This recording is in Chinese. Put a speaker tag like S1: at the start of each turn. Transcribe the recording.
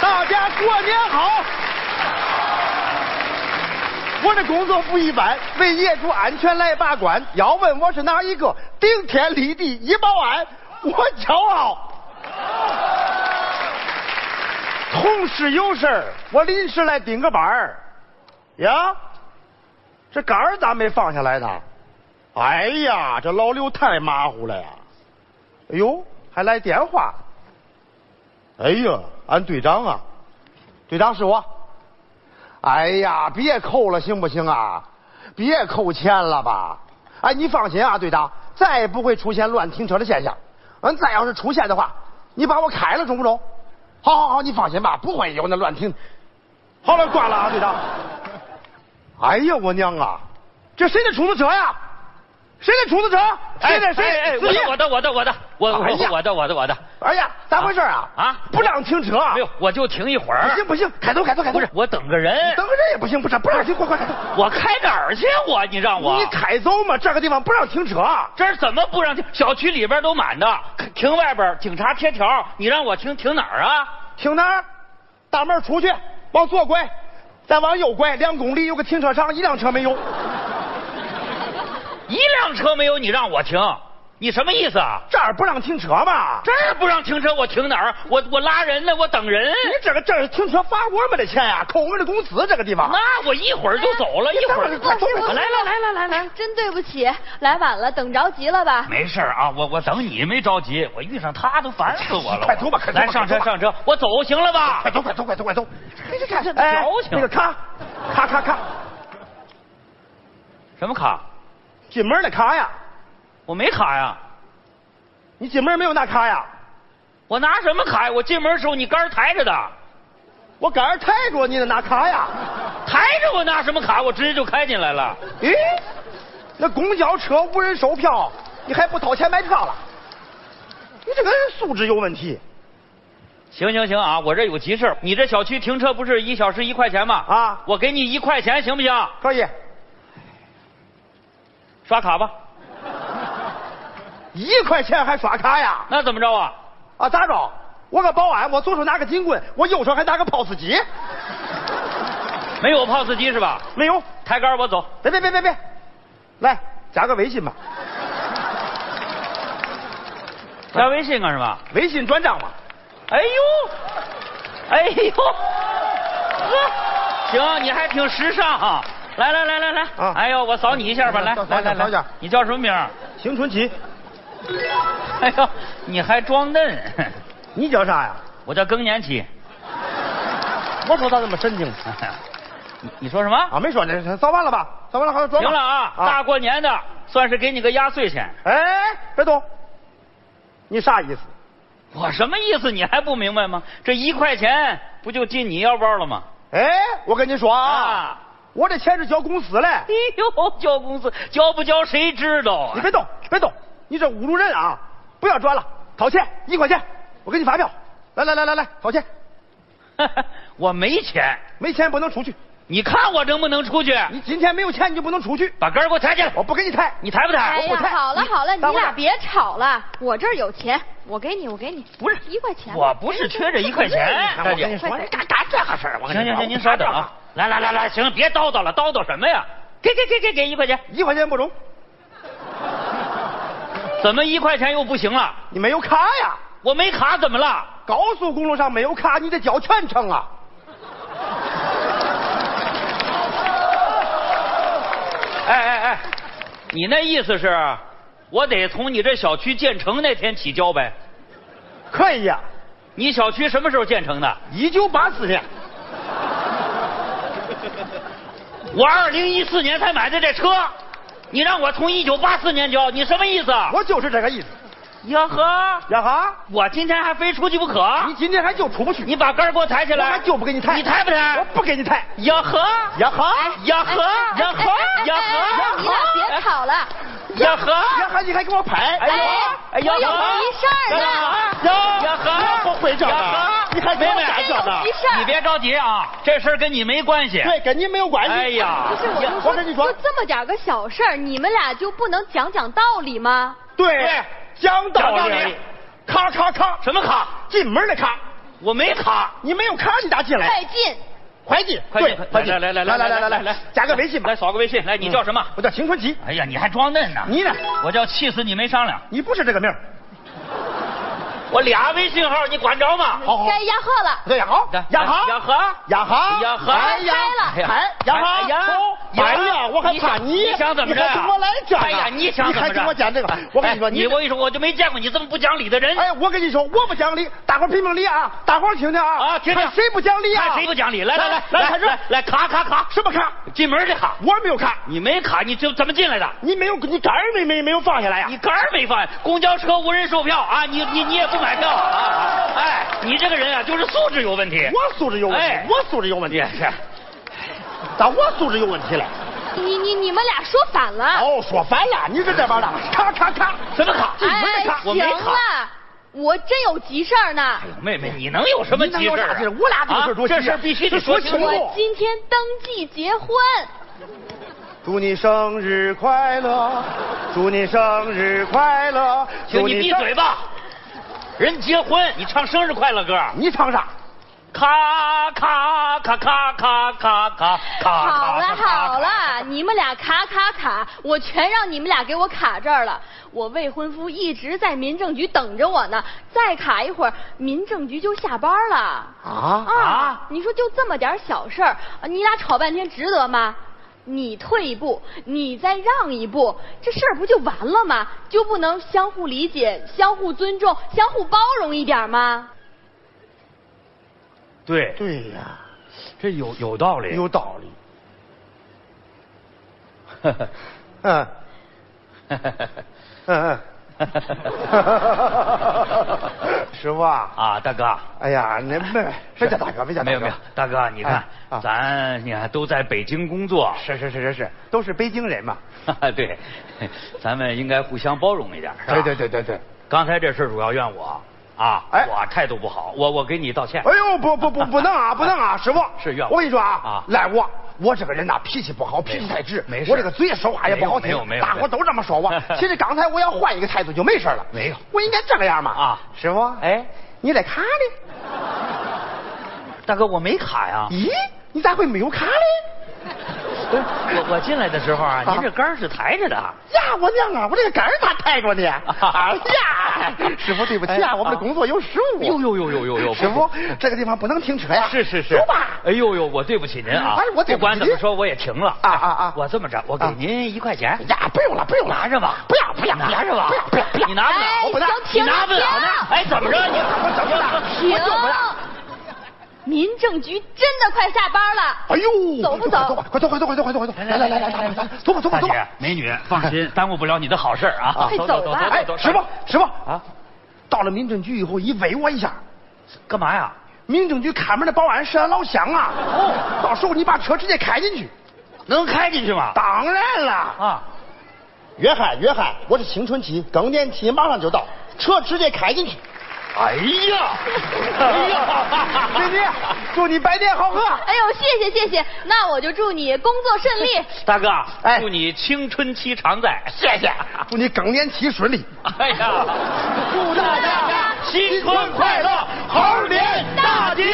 S1: 大家过年好！我的工作不一般，为业主安全来把关。要问我是哪一个，顶天立地一保安，我骄傲。同事有事儿，我临时来顶个班儿。呀，这杆儿咋没放下来呢？哎呀，这老刘太马虎了呀！哎呦，还来电话。哎呀，俺队长啊，队长是我。哎呀，别扣了行不行啊？别扣钱了吧？哎，你放心啊，队长，再也不会出现乱停车的现象。嗯，再要是出现的话，你把我开了中不中？好好好，你放心吧，不会有那乱停。好了，挂了啊，队长。哎呀，我娘啊，这谁的出租车呀？谁的出租车？谁的谁？
S2: 哎哎，
S1: 司机
S2: 我的我的我的我的我
S1: 哎呀
S2: 我我的我的我的，
S1: 哎呀，咋回事啊？
S2: 啊
S1: 不让停车。
S2: 没有，我就停一会
S1: 不
S2: 儿
S1: 行，不行，开头开头开头。
S2: 不是我等个人，
S1: 等个人也不行，不是不让停，快快快！
S2: 我开哪儿去啊我？你让我
S1: 你开走嘛，这个地方不让停车。
S2: 这儿怎么不让停？小区里边都满的，停外边警察贴条，你让我停停哪儿啊？
S1: 停哪儿？大门出去，往左拐，再往右拐两公里有个停车场，一辆车没有。
S2: 一辆车没有，你让我停，你什么意思啊？
S1: 这儿不让停车嘛？
S2: 这儿不让停车，我停哪儿？我我拉人呢，我等人。
S1: 你这个这是停车罚我们的钱呀、扣我们的工资。这个地方，
S2: 那我一会儿就走了，一会儿
S1: 你等会
S3: 哎
S1: 儿快走快走
S2: 来来来来来来。
S3: 真对不起，来晚了，等着急了吧？
S2: 没事儿啊，我我等你没着急，我遇上他都烦死我了。
S1: 快走吧快走吧
S2: 来上
S1: 快
S2: 车
S1: 走吧
S2: 上车，我走行了吧
S1: 快？走快走快走快走！你
S2: 哎
S1: 这看，
S2: 矫情
S1: 那个卡，卡卡卡，
S2: 什么卡？
S1: 进门的卡呀，
S2: 我没卡呀，
S1: 你进门没有那卡呀？
S2: 我拿什么卡呀？我进门的时候你杆儿抬着的，
S1: 我赶上抬着你的那卡呀。
S2: 抬着我拿什么卡？我直接就开进来了。
S1: 咦，那公交车无人售票，你还不掏钱买票了？你这个人素质有问题
S2: 行行行啊，我这有急事儿，你这小区停车不是一小时一块钱吗？
S1: 啊！
S2: 我给你一块钱行不行？
S1: 可以，
S2: 刷卡吧。
S1: 一块钱还刷卡呀？
S2: 那怎么着啊？
S1: 啊，咋着？我个保安，我左手拿个警棍，我右手还拿个 POS 机。
S2: 没有 POS 机是吧？
S1: 没有，
S2: 抬杆儿我走。
S1: 别别别别别，来加个微信吧，
S2: 加微信啊干什么？
S1: 微信转账吧。
S2: 哎呦，哎呦，呵，行，你还挺时尚哈、来来来来来，
S1: 啊
S2: 哎呦，我扫你一下吧，来
S1: 扫
S2: 来
S1: 扫
S2: 来
S1: 扫一下
S2: 来，你叫什么名儿？
S1: 邢春奇，
S2: 哎呦，你还装嫩，
S1: 你叫啥呀？
S2: 我叫更年期。
S1: 我说咋这么神经
S2: 你你说什么？
S1: 啊？没说呢，扫完了吧？扫完了还要转
S2: 行
S1: 吧
S2: 了啊，大过年的，算是给你个压岁钱。
S1: 哎，别动，你啥意思？
S2: 我什么意思？你还不明白吗？这一块钱不就进你腰包了吗？
S1: 哎，我跟你说啊，
S2: 啊，
S1: 我这钱是交公司嘞
S2: 哎，呦，交公司交不交谁知道啊
S1: 你？别动，别动，你这侮辱人啊！不要转了，掏钱一块钱，我给你发票。来来来来来，掏钱，
S2: 啊 我没钱。
S1: 没钱不能出去。
S2: 你看我能不能出去？
S1: 你今天没有钱，你就不能出去。
S2: 把杆儿给我抬起来，
S1: 我不给你抬，
S2: 你抬不抬？
S3: 哎
S2: 我
S3: 呀
S1: 我不，太
S3: 好了
S1: 你
S3: 好了，你
S1: 等会儿
S3: 俩别吵了，我这儿有钱，我给你，我给你，
S2: 不是
S3: 一块钱，
S2: 我不是缺这一块钱
S1: 看
S2: 大
S1: 我
S2: 姐
S1: 跟你说，
S3: 快点
S1: 干干这个事儿，我跟
S2: 行
S1: 你说
S2: 行行，您稍等啊。。来来来来，行，别叨叨了，叨叨什么呀？给给给给给一块钱，
S1: 一块钱不中，
S2: 怎么一块钱又不行了？
S1: 你没有卡呀？
S2: 我没卡怎么了？
S1: 高速公路上没有卡，你得交全程啊。
S2: 哎哎哎，你那意思是，我得从你这小区建成那天起交呗？
S1: 可以呀、
S2: 你小区什么时候建成的？
S1: 一九八四年，
S2: 我二零一四年才买的这车，你让我从一九八四年交，你什么意思？
S1: 我就是这个意思。
S2: 呀呵，
S1: 呀哈，
S2: 我今天还非出去不可。
S1: 你今天还就出不去，
S2: 啊你把杆儿给我抬起
S1: 我
S2: 来，
S1: 还就不给你抬，
S2: 你抬不啊抬
S1: 我？不给你抬。
S2: 呀呵，
S1: 呀哈，
S2: 呀
S3: 哎
S2: 呵，呀呵，呀
S3: 哎哎哎哎
S2: 呵，
S3: 你俩别吵了，
S2: 哎呀呵，
S1: 呀哈，你还给我拍？
S2: 哎呦
S3: 哎
S2: 呀
S3: 我有
S2: 呵哎
S3: 急事儿呢
S2: 呀呀
S1: 呀
S2: 呵，
S1: 不会这个
S2: 呀呵
S1: 你还给我
S2: 妹妹
S1: 改这呢
S3: 没事儿
S2: 你别着急啊，这事儿跟你没关系。
S1: 对，跟你没有关系。
S2: 哎呀
S3: 不是我
S1: 呀
S3: 就
S1: 我
S3: 说，
S1: 跟你说
S3: 就，这么点儿个小事儿，你们俩就不能讲讲道理吗？
S1: 对
S2: 对
S1: 讲道
S2: 讲道
S1: 理
S2: 理，
S1: 咔咔咔，
S2: 什么卡？
S1: 进门的咔，
S2: 我没卡，
S1: 你没有卡，你咋进
S2: 哎
S1: 来？
S3: 快进，
S1: 快进，
S2: 快
S1: 对
S2: 点，
S1: 快
S2: 快
S1: 进，
S2: 点来来
S1: 来来
S2: 来来
S1: 来
S2: 来
S1: 来
S2: 来，
S1: 加个微信吧
S2: 来。扫个微信，来，你叫什么？
S1: 我叫邢春吉，
S2: 哎呀，你还装嫩呢！
S1: 你呢？
S2: 我叫气死你没商量，
S1: 你不是这个命儿。
S2: 我俩微信号，你管着吗？
S1: 好好，
S3: 该压货了。
S1: 对，养好
S2: 来，
S1: 养好，
S2: 养好
S1: 养好，
S2: 养好
S1: 哎呀，
S3: 开
S2: 了
S1: 哎，养好，
S2: 哎呀
S1: 走哎呀，我还
S2: 你
S1: 怕
S2: 想
S1: 你，
S2: 你想怎么着
S1: 你还跟我来这个？
S2: 哎呀，你想怎么
S1: 还
S2: 着？
S1: 跟我讲这个？我跟你说，
S2: 哎你我跟你说，我就没见过你这么不讲理的人。
S1: 哎，我跟你说，我不讲理，大伙儿评评理啊，大伙儿听听啊，
S2: 啊，听听
S1: 看谁不讲理啊？
S2: 哎看谁不讲理？来来来
S1: 来
S2: 来
S1: 开始
S2: 来，来，卡卡卡，
S1: 什么卡？
S2: 进门去卡。
S1: 我没有卡，
S2: 你没卡，你就怎么进来的？
S1: 你没有，你杆儿没没没有放下来呀
S2: 你？杆儿没翻，公交车无人售票啊！你你你也不买票啊！哎，你这个人啊，就是素质有问题。
S1: 我素质有问
S2: 哎
S1: 题，我素质有问题，咋我素质有问题了？
S3: 你你你们俩说反了。
S1: 哦，说反了，你是这帮的，咔咔咔，
S2: 什啊么卡？
S3: 哎，
S2: 我
S3: 行
S2: 没哎卡。
S3: 了，我真有急事儿呢。
S2: 妹妹，你能有什么急
S1: 你能有
S2: 事
S1: 啥
S2: 儿
S1: 急事
S2: 啊？
S1: 我俩就是着急啊
S2: 啊这事儿必须得说清
S1: 这说
S2: 楚
S1: 清。
S3: 我今天登记结婚，
S1: 祝你生日快乐，祝你生日快乐，
S2: 行，
S1: 祝
S2: 你闭
S1: 生
S2: 嘴！吧。人结婚，你唱生日快乐歌。
S1: 你唱啥？
S2: 咔咔咔咔咔咔咔咔。
S3: 好了好。了，你们俩卡卡卡，我全让你们俩给我卡这儿了。我未婚夫一直在民政局等着我呢，再卡一会儿，民政局就下班了。
S1: 啊
S2: 啊
S3: 你说就这么点儿小事儿，你俩吵半天值得吗？你退一步，你再让一步，这事儿不就完了吗？就不能相互理解、相互尊重、相互包容一点儿吗？
S2: 对，
S1: 对呀，
S2: 这有有道理。
S1: 有道理。嗯嗯嗯。师傅啊，
S2: 啊，大哥。
S1: 哎呀，您别别叫大哥，别叫大哥，
S2: 没有没有，大哥，你看
S1: 哎啊，
S2: 咱你看都在北京工作，
S1: 是是是是是，都是北京人嘛。
S2: 对，咱们应该互相包容一点，是吧？哎
S1: 对对对对对。
S2: 刚才这事儿主要怨我啊，
S1: 哎
S2: 我态度不好，我我给你道歉。
S1: 哎呦，不不不不能啊，不能啊，师傅
S2: 是怨我
S1: 我跟你说啊，
S2: 啊
S1: 赖我，我这个人呐脾气不好，脾气太直，
S2: 没事
S1: 我这个嘴说话也不好听，
S2: 没有没有没有
S1: 大伙都这么说 我。其实刚才我要换一个态度就没事了，
S2: 没有
S1: 我应该这个样嘛。
S2: 啊
S1: 师傅，
S2: 哎，
S1: 你在卡呢？
S2: 大哥，我没卡呀，
S1: 咦，你咋会没有卡嘞？
S2: 不是哎我我进来的时候啊，
S1: 啊
S2: 您这杆儿是抬着的。
S1: 呀，我娘啊，我这个杆儿咋抬着 呢？哎呀，师傅对不起啊，
S2: 哎
S1: 我们的
S2: 啊
S1: 工作有失误。
S2: 呦呦呦呦呦呦
S1: 师傅，这个地方不能停哎车呀。啊
S2: 是是是
S1: 走吧。，
S2: 哎呦呦，我对不起您啊！
S1: 哎我对不起
S2: 不管怎么说，我也停了。
S1: 啊啊啊
S2: 我这么着，我给
S1: 啊
S2: 您一块钱。
S1: 呀，不用了，不用了，
S2: 拿着吧，
S1: 不要不要，
S2: 拿着吧，
S1: 不要不要不要，
S2: 你拿不了，
S3: 哎
S1: 我不拿
S3: 行
S2: 你
S3: 停
S2: 拿不了呢
S3: 停。
S2: 哎，怎么着你？
S1: 我怎么了
S3: 停
S1: 我就不让。
S3: 民政局真的快下班了。
S1: 哎呦，
S3: 走不走
S1: 快走吧，快走，快走，快走，快走，快走！来来来来来来，走吧，走吧，
S2: 大
S1: 走
S2: 姐
S1: 吧。，
S2: 美女，放心，耽误不了你的好事儿啊！
S3: 快走吧
S1: 哎，师傅，师傅
S2: 啊，
S1: 到了民政局以后，你喂我一下。
S2: 干嘛呀？
S1: 民政局看门的保安是俺老乡啊。哦，到时候你把车直接开进去。
S2: 能开进去吗？
S1: 当然了，
S2: 啊，
S1: 约翰，约翰，我是青春期更年期，马上就到，车直接开进去。
S2: 哎 呀，
S1: 哎 呀，美女，祝你白天好喝。
S3: 哎呦，谢谢谢谢，那我就祝你工作顺利。
S2: 大哥，
S1: 哎
S2: 祝你青春期常在。
S1: 谢谢，祝你更年期顺利。
S2: 哎呀，
S1: 祝大家
S2: 新春快乐，猴年大吉！